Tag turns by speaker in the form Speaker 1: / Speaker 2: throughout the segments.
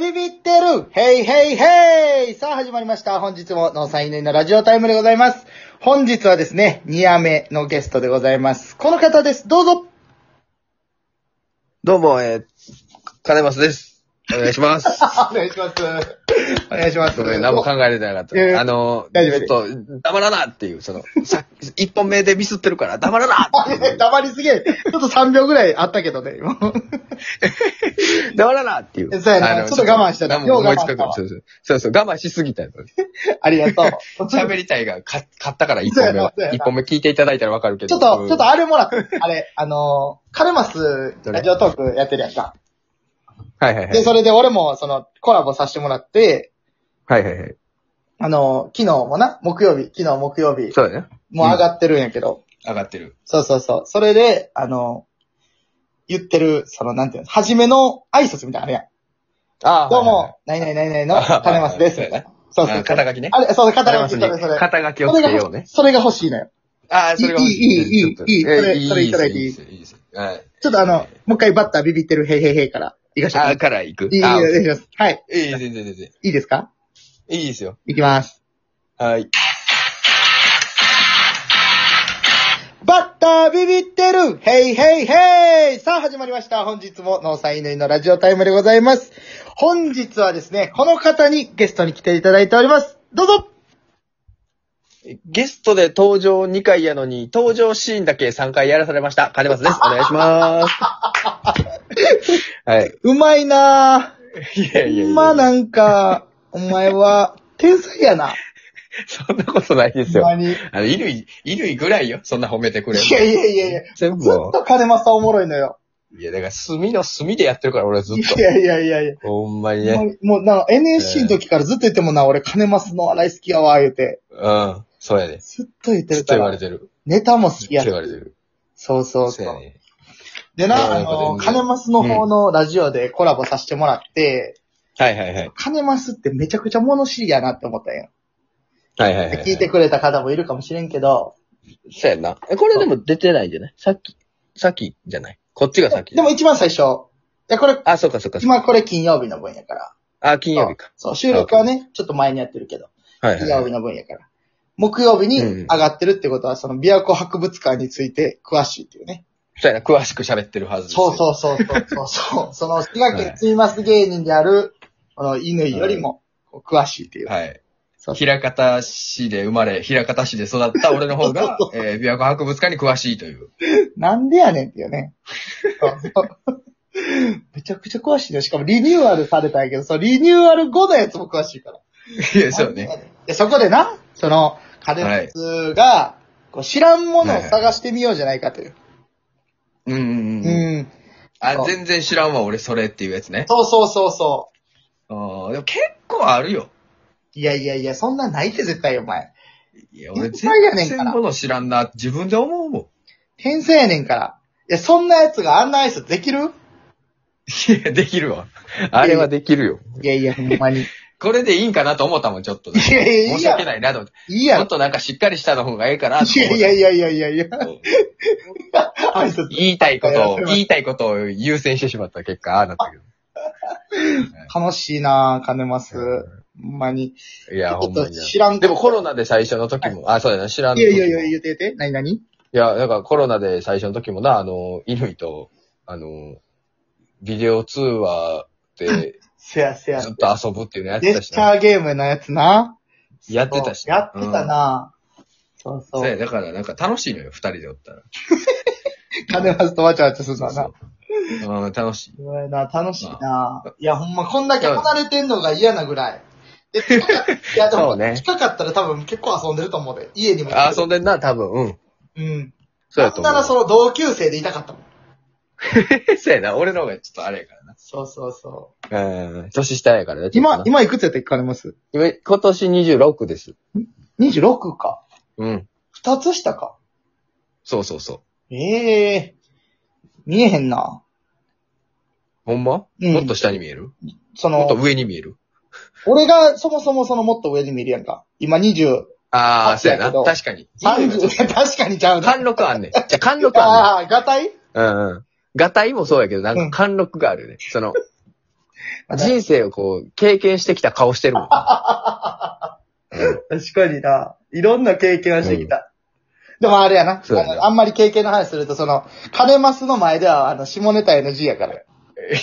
Speaker 1: ビビってるヘイヘイヘイさあ始まりました。本日も農産犬のラジオタイムでございます。本日はですね、2夜目のゲストでございます。この方です。どうぞ
Speaker 2: どうも、えー、金松です。お願いします。
Speaker 1: お願いします。 お願いします。
Speaker 2: ごめん、何も考えれてなかっ
Speaker 1: いやいや
Speaker 2: た。あの、
Speaker 1: 大丈夫
Speaker 2: ちょっと、黙らなっていう、その、さ、一本目でミスってるから、黙らな
Speaker 1: あ れ黙りすぎ。ちょっと3秒ぐらいあったけどね、今。
Speaker 2: 黙らなっていう。
Speaker 1: そうやなちょっと我慢した
Speaker 2: な。
Speaker 1: な
Speaker 2: 何も思いつ
Speaker 1: よ
Speaker 2: か
Speaker 1: う我慢した
Speaker 2: なか
Speaker 1: わ
Speaker 2: ったそうそうそうそう、我慢しすぎたよ。
Speaker 1: ありがとう。
Speaker 2: 喋りたいが、か、買ったから一本目
Speaker 1: そうやなそうや
Speaker 2: を。
Speaker 1: な
Speaker 2: 一本目聞いていただいたらわかるけ
Speaker 1: ちょ
Speaker 2: ど。
Speaker 1: っと、ちょっと
Speaker 2: あ
Speaker 1: あれもらって、あれ、あのー、カルマス
Speaker 2: どれ
Speaker 1: ラジオトークやってるやんか。
Speaker 2: はいはいは
Speaker 1: で、
Speaker 2: い。
Speaker 1: それで俺もそのコラボさせてもらって、
Speaker 2: はいはいはい。
Speaker 1: あのー、昨日もな、木曜日、昨日木曜日、
Speaker 2: そうだね。
Speaker 1: もう上がってるんやけど、
Speaker 2: 上がってる。
Speaker 1: そうそうそう。それで、あのー、言ってる、その、なんていうの、初めの挨拶みたいなのあれやん。
Speaker 2: ああ。
Speaker 1: どう
Speaker 2: はいはい
Speaker 1: も、ないないないない の、カルマスです、みたいな。そうそう
Speaker 2: あ肩書きね
Speaker 1: あれ、そう、肩
Speaker 2: 金
Speaker 1: 書
Speaker 2: 松
Speaker 1: き、そ
Speaker 2: に
Speaker 1: れ、それ。
Speaker 2: 肩書きを
Speaker 1: そ
Speaker 2: つ
Speaker 1: れ
Speaker 2: け
Speaker 1: が
Speaker 2: よう
Speaker 1: 欲
Speaker 2: ね
Speaker 1: し。それが欲しいのよ。
Speaker 2: ああ、それが欲し
Speaker 1: いいいいいいいい
Speaker 2: ちょっと
Speaker 1: いいそれ
Speaker 2: え
Speaker 1: それ
Speaker 2: いいですいいですいいですはい。
Speaker 1: ちょっとあの、もう一回バッタービビってる、へいへいへいから、いかしてくだ
Speaker 2: あ
Speaker 1: さ
Speaker 2: あ、
Speaker 1: い。
Speaker 2: から行く。
Speaker 1: いい、いい
Speaker 2: あ
Speaker 1: お
Speaker 2: あ
Speaker 1: 願いします。はい。
Speaker 2: いい、全然全然。
Speaker 1: いいですか
Speaker 2: いいですよ。
Speaker 1: いきます。
Speaker 2: はい。
Speaker 1: バッタービビってるヘイヘイヘイさあ始まりました。本日も農産犬のラジオタイムでございます。本日はですね、この方にゲストに来ていただいております。どうぞ
Speaker 2: ゲストで登場2回やのに、登場シーンだけ3回やらされました。金松です。お願いします。はい。
Speaker 1: うまいなぁ。
Speaker 2: いやいやいや。
Speaker 1: まあなんか、お前は、天才やな。
Speaker 2: そんなことないです
Speaker 1: ほん
Speaker 2: よ。
Speaker 1: ま
Speaker 2: あ
Speaker 1: に。い
Speaker 2: の、衣類、衣類ぐらいよ。そんな褒めてくれる。
Speaker 1: やいやいやいや。
Speaker 2: 全
Speaker 1: ず
Speaker 2: 部
Speaker 1: っ
Speaker 2: を。
Speaker 1: と金正おもろいのよ。
Speaker 2: いや、だから、炭の炭でやってるから、俺ずっ
Speaker 1: い
Speaker 2: と。
Speaker 1: やいやいやいや。
Speaker 2: ほんまに
Speaker 1: も
Speaker 2: ね。
Speaker 1: う、もうなんか NSC の時からずっと言ってもんな、俺金正の笑い好きやわ、言うて。
Speaker 2: うん。そうやで。
Speaker 1: ずっと言って
Speaker 2: ず
Speaker 1: る
Speaker 2: っと
Speaker 1: か
Speaker 2: 言われ
Speaker 1: ら。
Speaker 2: てる。
Speaker 1: ネタも好
Speaker 2: ず
Speaker 1: き
Speaker 2: っと
Speaker 1: や
Speaker 2: 言われてる。
Speaker 1: そうそう
Speaker 2: そ
Speaker 1: そ
Speaker 2: うや
Speaker 1: う。
Speaker 2: ね。
Speaker 1: で
Speaker 2: い
Speaker 1: な、
Speaker 2: や
Speaker 1: あの、
Speaker 2: なんか全
Speaker 1: 金
Speaker 2: 然
Speaker 1: マスの方のラジオでコラボさせてもらって、
Speaker 2: はいはいはい。
Speaker 1: 金マスってめちゃくちゃ物知りやなって思ったんよ。
Speaker 2: はいはいはい。
Speaker 1: 聞いてくれた方もいるかもしれんけど、
Speaker 2: そうやんな。えこれでも出てないんじゃないさっき、さっきじゃないこっちがさっき。
Speaker 1: でも、一番最初、いや、これ、
Speaker 2: あ、そうかそうかそうか。
Speaker 1: 今これ金曜日の分やから。
Speaker 2: あ、金曜日か。
Speaker 1: そう、収録はね、ちょっと前にやってるけど、
Speaker 2: は
Speaker 1: 金
Speaker 2: いはい
Speaker 1: 曜
Speaker 2: はい。
Speaker 1: 日の分やから。木曜日に
Speaker 2: うんうん
Speaker 1: 上がってるってことは、その琵琶湖博物館について詳しいっていうね。
Speaker 2: そうやな、詳しく喋ってるはずです。
Speaker 1: そう
Speaker 2: う。
Speaker 1: そうそうそうそうそ う。その、滋賀県つみます芸人である、この犬よりもこう詳しいっていう。
Speaker 2: はい。
Speaker 1: そう
Speaker 2: 平方市で生まれ、平方市で育った俺の方が、えー、琵琶湖博物館に詳しいという。
Speaker 1: なんでやねんっていうね。 めちゃくちゃ詳しいね。しかもリニューアルされたんやけど、そのリニューアル後のやつも詳しいから。
Speaker 2: いや、そうね。
Speaker 1: で、そこでな、その、カルマスが、こう知らんものを探してみようじゃないかという。
Speaker 2: うんうんうん。
Speaker 1: うん。
Speaker 2: あ、全然知らんわ、俺それっていうやつね。
Speaker 1: そうそうそうそ
Speaker 2: うん。でも結構あるよ。
Speaker 1: う。いやいやいや、そんなんないって絶対お前。
Speaker 2: いや、俺
Speaker 1: いっ
Speaker 2: 全
Speaker 1: ぱいやねんから
Speaker 2: 然もの知らんな、自分で思うもん。
Speaker 1: 天才やねんから。いや、そんなやつがあんな挨拶できる
Speaker 2: いや、できるわ。あれはできるよ。
Speaker 1: いやいや、ほんまに。い
Speaker 2: これでいいんかなと思ったもん、ちょっと。
Speaker 1: いやいやいや
Speaker 2: 申し訳ないなと思って。
Speaker 1: い
Speaker 2: も
Speaker 1: や
Speaker 2: っ
Speaker 1: ろ。
Speaker 2: となんかしっかりしたの方がいいかなと
Speaker 1: い
Speaker 2: 思っ
Speaker 1: や
Speaker 2: て。
Speaker 1: いやいやいやいやいや。挨拶
Speaker 2: 言いたいことを、
Speaker 1: いや
Speaker 2: 言いたいことを優先してしまった結果、ああなったけ
Speaker 1: 楽しいなぁ、金ます。ほ
Speaker 2: ど。
Speaker 1: んまに。
Speaker 2: いや、
Speaker 1: ち
Speaker 2: ほ
Speaker 1: ょっ
Speaker 2: んま
Speaker 1: と
Speaker 2: に。
Speaker 1: 知らん
Speaker 2: でもコロナで最初の時も、あ、そうだな、知らん
Speaker 1: い
Speaker 2: 時
Speaker 1: や
Speaker 2: も。
Speaker 1: いやいや、言うて言うて。何何
Speaker 2: いや、なんかコロナで最初の時もな、あの、乾と、あの、ビデオ通話で
Speaker 1: せやせや。
Speaker 2: ずっと遊ぶっていうのやって
Speaker 1: ジ
Speaker 2: た
Speaker 1: ェス
Speaker 2: し
Speaker 1: チ
Speaker 2: な。
Speaker 1: ャーゲームのやつな。
Speaker 2: やってたし
Speaker 1: そうやってたな、そう
Speaker 2: うん
Speaker 1: そ
Speaker 2: そうや
Speaker 1: う。
Speaker 2: だからなんか楽しいのよ、二人でお ったら。
Speaker 1: 金マスとわちゃわちゃするのはな。
Speaker 2: そううん、楽しい。
Speaker 1: すごいな、楽しいな。いや、ほんま、こんだけ離れてんのが嫌なぐらい。で近か いや、で
Speaker 2: そ
Speaker 1: も、
Speaker 2: うね
Speaker 1: 近かったら多分結構遊んでると思うで。家にも。
Speaker 2: あ、遊んでんな、多分。うん。
Speaker 1: うん。
Speaker 2: そうや
Speaker 1: な
Speaker 2: と
Speaker 1: ん
Speaker 2: 思
Speaker 1: な
Speaker 2: う。
Speaker 1: らその同級生でいたかったもん。
Speaker 2: そうやな、俺の方がちょっとあれやからな。
Speaker 1: そうそうそう。
Speaker 2: うん、年下やからね。ちょっと
Speaker 1: 今
Speaker 2: な、
Speaker 1: 今いくつやったら聞かれます
Speaker 2: 今、今年26です。
Speaker 1: ?26 か。
Speaker 2: うん。
Speaker 1: 二つ下か。
Speaker 2: そうそうそう。
Speaker 1: ええ見えへんな。
Speaker 2: ほんま、
Speaker 1: うん
Speaker 2: もっと下に見える
Speaker 1: そ
Speaker 2: もっと
Speaker 1: の、
Speaker 2: 上に見える
Speaker 1: 俺がそもそもそのもっと上に見るやんか。今20。あ
Speaker 2: ああ、そうや
Speaker 1: そ
Speaker 2: な。
Speaker 1: うやけど
Speaker 2: 確かに。
Speaker 1: 30。確かにちゃうな。
Speaker 2: 貫禄あ んねん。じゃ、貫禄あ
Speaker 1: ああ、がたい
Speaker 2: んねん。うんうん。がたいもそうやけど、な
Speaker 1: うん
Speaker 2: んか貫禄があるよね。その、人生をこう、経験してきた顔してるもん。
Speaker 1: 確かにな。いろんな経験はしてきた。でもあれやな。
Speaker 2: そうやな
Speaker 1: あのあんまり経験の話すると、その、金マスの前では、あの、下ネタ NG やから。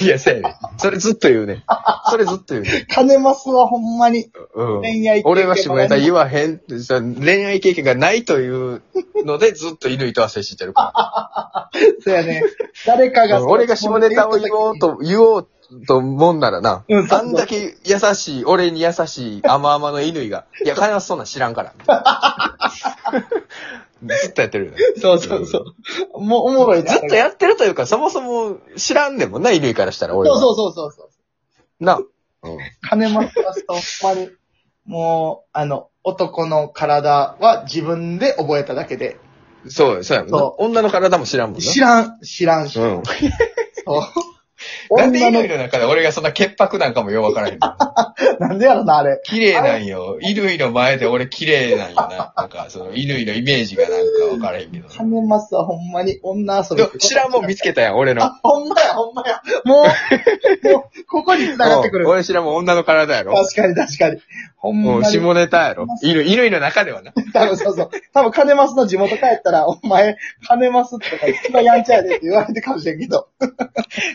Speaker 2: いや、そうやね。それずっと言うね。それずっと言うね。
Speaker 1: 金マスはほんまに、
Speaker 2: うん。
Speaker 1: 恋愛経験
Speaker 2: 俺は下ネタ言わへんってさ、恋愛経験がないというので、ずっと犬とは接してるか。
Speaker 1: そうやね。誰からが、
Speaker 2: うん俺が下ネタを言おう。と、言おうと思うんならな、
Speaker 1: うんそう
Speaker 2: あんだけ優しい、俺に優しい甘々の 犬が、いや、金はそんなん知らんから。ずっとやってるよね。
Speaker 1: そうそうそう。もう、おもろいな
Speaker 2: ずっとやってるというか、そもそも知らんでもな、犬からしたら俺
Speaker 1: そ
Speaker 2: は。
Speaker 1: うそうそうそうそう。
Speaker 2: な。うん。
Speaker 1: 金マスはほんまに、もう、あの、男の体は自分で覚えただけで。
Speaker 2: そう、そうやもんな
Speaker 1: そ
Speaker 2: 女の体も知らんもんな。
Speaker 1: 知らん、知らんし。
Speaker 2: うん。
Speaker 1: そう
Speaker 2: なんで衣
Speaker 1: 女
Speaker 2: 類の中で俺がそんな潔白なんかもようわからへんの。
Speaker 1: のなんでやろな、あれ。
Speaker 2: 綺麗な んよ。衣類の前で俺綺麗なんよな。なんか、その衣類のイメージがなんかわからへんけど。
Speaker 1: 金マスはほんまに女遊
Speaker 2: い
Speaker 1: び
Speaker 2: や。知らんもん見つけたやん、俺の。
Speaker 1: あ、ほんまや、ほんまや。もう、もう、ここに繋がってくる
Speaker 2: うん。俺知らんもん女の体やろ。
Speaker 1: 確かに確かに。ほん
Speaker 2: もう
Speaker 1: まに。
Speaker 2: 下ネタやろ。衣類、衣類の中ではな。
Speaker 1: 多分そうそう。多分金マスの地元帰ったら、お前、金マスとか一番やんちゃやでって言われてるかもしれんけど。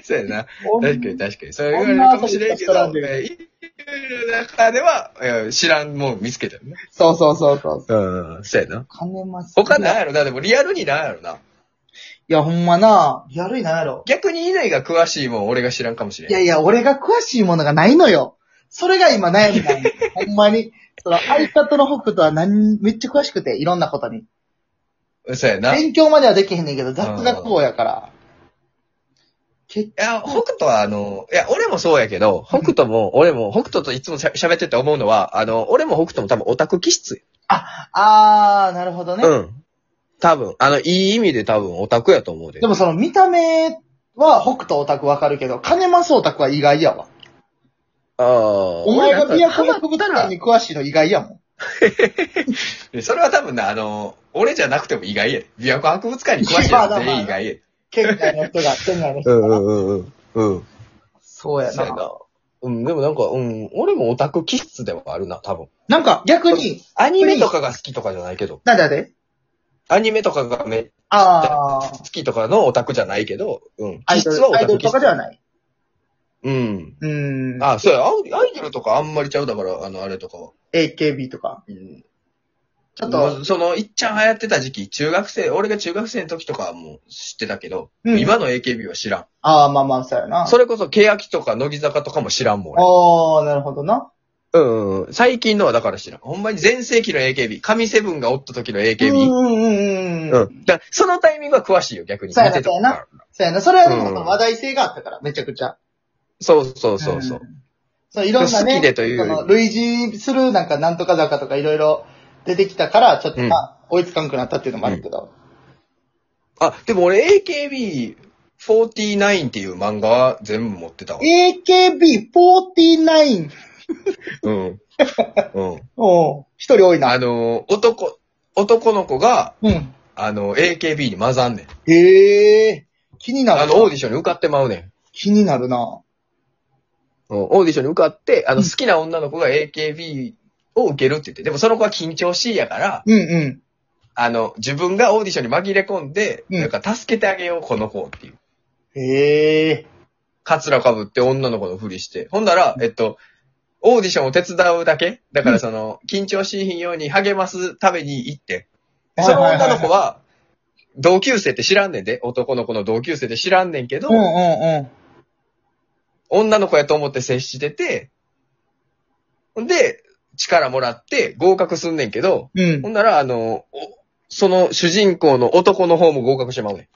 Speaker 2: そうやな。
Speaker 1: ほん
Speaker 2: 確かに確かに。それ言われるかもしれんけど、え
Speaker 1: 女
Speaker 2: ー
Speaker 1: 遊び
Speaker 2: 衣類の中では、えー知らんもん見つけたよね。
Speaker 1: そうそうそうそう。
Speaker 2: うん、そうやな。
Speaker 1: 金マス。
Speaker 2: 他なん
Speaker 1: い
Speaker 2: やろな、でもリアルになんやろな。
Speaker 1: いや、ほんまな。やるいなんやろ。
Speaker 2: 逆に乾が詳しいもん俺が知らんかもしれん。
Speaker 1: いやいや、俺が詳しいものがないのよ。それが今悩みなんよほんまに。その相方の北斗は何、めっちゃ詳しくて、いろんなことに。
Speaker 2: そうやな。い
Speaker 1: 勉強まではできへんねんけど、雑学王やから。結
Speaker 2: や、北斗はあの、いや、俺もそうやけど、北斗も、俺も、北斗といつもしゃ喋ってて思うのは、あの、俺も北斗も多分オタク気質。
Speaker 1: あー、なるほどね。
Speaker 2: うん。多分、あの、いい意味で多分オタクやと思うで。
Speaker 1: でもその見た目は北斗オタクわかるけど、金マスオタクは意外やわ。
Speaker 2: ああ。
Speaker 1: お前が
Speaker 2: 俺
Speaker 1: ビ
Speaker 2: な
Speaker 1: ア
Speaker 2: んか
Speaker 1: 科学部団に詳しいの意外やもん。
Speaker 2: それは多分な、あの、俺じゃなくても意外やで。琵琶湖博物館に詳しいやつ全員意外やで。
Speaker 1: 県外の人が、県外の
Speaker 2: う
Speaker 1: 人
Speaker 2: ん
Speaker 1: が。
Speaker 2: うんうんうん。うん。
Speaker 1: そうや
Speaker 2: そうや
Speaker 1: な。
Speaker 2: な。うん、でもなんか、うん、俺もオタク気質ではあるな、多分。
Speaker 1: なんか逆に、
Speaker 2: アニメとかが好きとかじゃないけど、
Speaker 1: なんだで
Speaker 2: アニメとかがめ
Speaker 1: あー
Speaker 2: 好。きとかのオタクじゃないけど、うん。
Speaker 1: ア
Speaker 2: 気
Speaker 1: イド
Speaker 2: 質は
Speaker 1: ル、
Speaker 2: オ
Speaker 1: アイ
Speaker 2: タ
Speaker 1: ド
Speaker 2: ク
Speaker 1: ル
Speaker 2: 気
Speaker 1: と
Speaker 2: 質
Speaker 1: かで。はない。
Speaker 2: うん。
Speaker 1: うーん。
Speaker 2: あ、そうや、アイアイドルとかあんまりちゃうだから、あの、あれとかは。
Speaker 1: AKB とか。
Speaker 2: うん、
Speaker 1: ちょっ
Speaker 2: も
Speaker 1: と、
Speaker 2: うその、いっちゃん流行ってた時期、中学生、俺が中学生の時とかはもう知ってたけど、
Speaker 1: うん
Speaker 2: 今の AKB は知らん。
Speaker 1: あー、まあまあ、そうやな。
Speaker 2: それこそ、欅とか乃木坂とかも知らんもん
Speaker 1: あ
Speaker 2: 俺。
Speaker 1: ー、なるほどな。
Speaker 2: うんうんうん。最近のはだから知らん。ほんまに全盛期の AKB、神セブンがおった時の
Speaker 1: うん
Speaker 2: AKB。
Speaker 1: うんうんう。
Speaker 2: うんん。だからそのタイミングは詳しいよ、逆に。
Speaker 1: そうやな
Speaker 2: 見てたから
Speaker 1: そうやそうやな。それはでもその話題性があったから、めちゃくちゃ。
Speaker 2: そうそうそうそう。
Speaker 1: ん。そう、いろんなね、
Speaker 2: 好きでというより
Speaker 1: その類似するなんかなんとか坂とかいろいろ出てきたから、ちょっと、
Speaker 2: うん
Speaker 1: まあ、追いつかんくなったっていうのもあるけど。
Speaker 2: あ、でも俺 AKB49 っていう漫画は全部持ってたわ。
Speaker 1: AKB49!
Speaker 2: うん。うん。
Speaker 1: おう一人多いな。
Speaker 2: あの、男、男の子が、
Speaker 1: うん。
Speaker 2: あの、AKB に混ざんねん。
Speaker 1: へえー、気になる。
Speaker 2: あの、オーディションに受かってまうねん。
Speaker 1: 気になるな。
Speaker 2: うんオーディションに受かって、あ
Speaker 1: う
Speaker 2: の、
Speaker 1: ん
Speaker 2: 好きな女の子が AKB を受けるって言って、でもその子は緊張しいやから、
Speaker 1: うんうん。
Speaker 2: あの、自分がオーディションに紛れ込んで、
Speaker 1: うん
Speaker 2: なんか助けてあげよう、この子っていう。
Speaker 1: へえ
Speaker 2: カツラ被って女の子のふりして。ほんなら、えっと、オーディションを手伝うだけだからその、緊張しいひんように励ますために行って。
Speaker 1: ー。
Speaker 2: その女の
Speaker 1: はいはい
Speaker 2: 子は、同級生って知らんねんで、男の子の同級生って知らんねんけど、
Speaker 1: はいうんうんうん。
Speaker 2: 女の子やと思って接してて、ほんで、力もらって合格すんねんけど、
Speaker 1: うん
Speaker 2: ほ。んなら、あの、おその主人公の男の方も合格してまうね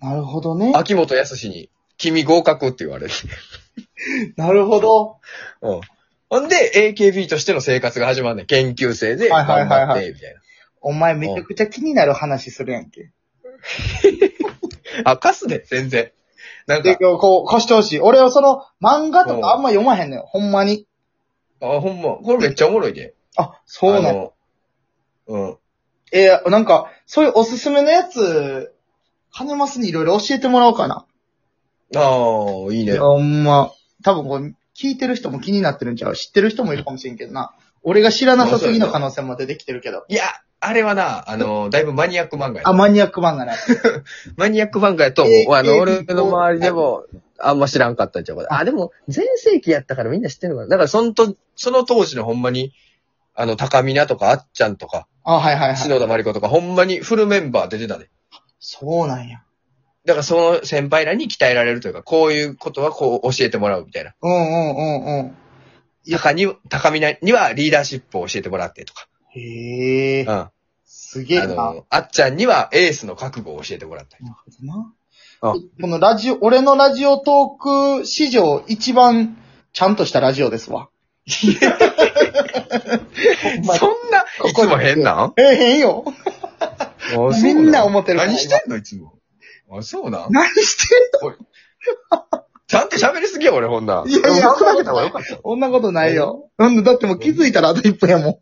Speaker 1: なるほどね
Speaker 2: ん。。秋元康に、君合格って言 われる。
Speaker 1: なるほど。
Speaker 2: うん。ほんで、AKB としての生活が始まるねん。研究生で、
Speaker 1: はいはい
Speaker 2: 頑
Speaker 1: はいはい
Speaker 2: 張って、みたい
Speaker 1: お前めちゃくちゃ気になる話するやんけ。
Speaker 2: な。あ、カスで、全然。なん
Speaker 1: で、
Speaker 2: か、
Speaker 1: 今日こう、こしてほしい。俺はその、漫画とかあんま読まへんのよ。ほんまに。
Speaker 2: あ、ほんま、これめっちゃおもろいで。
Speaker 1: あ、そうなの。
Speaker 2: あのうん。
Speaker 1: えーなんか、そういうおすすめのやつ、金マスにいろいろ教えてもらおうかな。
Speaker 2: ああ、いい
Speaker 1: い
Speaker 2: ね
Speaker 1: や、。ほんま。多分これ、聞いてる人も気になってるんちゃう知ってる人もいるかもしれんけどな。俺が知らなさすぎの可能性も出てきてるけど。
Speaker 2: いや、あれはな、あの、だいぶマニアック漫画や
Speaker 1: あ、。マニアック漫画な。
Speaker 2: マニアック漫画やと思
Speaker 1: えー
Speaker 2: う。あの、
Speaker 1: えー
Speaker 2: 俺の周りでも、あんま知らんかったんちゃうかな。あ、でも、全盛期やったからみんな知ってるのかな。だから、そのと、その当時のほんまに、あの、高見なとか、あっちゃんとか、
Speaker 1: あ、はいはいはい。
Speaker 2: 篠田真理子とか、ほんまにフルメンバー出てたで。
Speaker 1: そうなんや。
Speaker 2: だから、その先輩らに鍛えられるというか、こういうことはこう教えてもらうみたいな。
Speaker 1: うんうんうんうん。いや
Speaker 2: 高に、高見なにはリーダーシップを教えてもらってとか。
Speaker 1: へえ、
Speaker 2: うん。あ
Speaker 1: すげえな。なる
Speaker 2: の、あっちゃんにはエースの覚悟を教えてもらったり。
Speaker 1: ほどな
Speaker 2: あ
Speaker 1: このラジオ、俺のラジオトーク史上一番ちゃんとしたラジオですわ。ほんまに
Speaker 2: そんな、いつも変なん
Speaker 1: ええへんよ。
Speaker 2: あそう
Speaker 1: みんな思ってるから
Speaker 2: 何してんのいつも。あ、そうなん
Speaker 1: 何して
Speaker 2: ちゃんと喋りすぎよ、俺、ほんなら。
Speaker 1: いやいや
Speaker 2: でも考えた方がよかっ。
Speaker 1: んのそんなことないよ。うん、だってもう気づいたらあと1分やもん。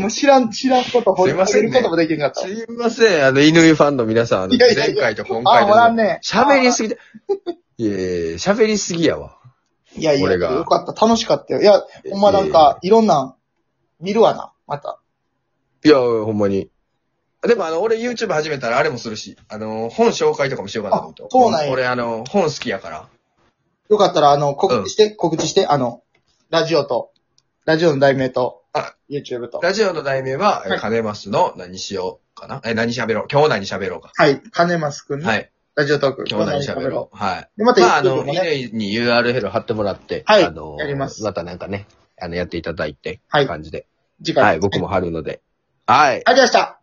Speaker 1: もう知らん、知らんこと掘り下げることもできんかったた。
Speaker 2: すいません、あの、犬ファンの皆さん、あの
Speaker 1: いやいやい
Speaker 2: 前
Speaker 1: や
Speaker 2: 回と今
Speaker 1: あ、
Speaker 2: 回
Speaker 1: ほらん
Speaker 2: と。
Speaker 1: ね。
Speaker 2: 喋りすぎて。いやいやいや喋りすぎやわ。
Speaker 1: いやいや、
Speaker 2: 俺が
Speaker 1: よかった。楽しかったよ。いや、ほんまなんか、いろんなん、見るわな。また。
Speaker 2: いや、ほんまに。でも、あの、俺 YouTube 始めたらあれもするし、あの、本紹介とかもしようかなと思って
Speaker 1: あ。そうなんや
Speaker 2: 俺、あの、本好きやから。
Speaker 1: よかったら、あの、告知して、告知して、あの、ラジオと、ラジオの題名と
Speaker 2: あ、
Speaker 1: YouTube と。
Speaker 2: ラジオの題名は、
Speaker 1: はい
Speaker 2: 金ますの何しようかな。え、何喋ろう。今日何喋ろうか。
Speaker 1: はい、金ますくん
Speaker 2: は
Speaker 1: ね。
Speaker 2: い。
Speaker 1: ラジオトーク。
Speaker 2: 今日何喋ろう。はい。
Speaker 1: う。で、また
Speaker 2: まあ、あ
Speaker 1: YouTube
Speaker 2: の、
Speaker 1: もね。
Speaker 2: 乾に URL 貼ってもらって、
Speaker 1: はい
Speaker 2: あの、
Speaker 1: やります
Speaker 2: たなんかね、あの、やっていただいて、
Speaker 1: はい
Speaker 2: 感じで。
Speaker 1: 次回。
Speaker 2: はい、僕も貼るので。
Speaker 1: あ
Speaker 2: はい。
Speaker 1: りがとうございました。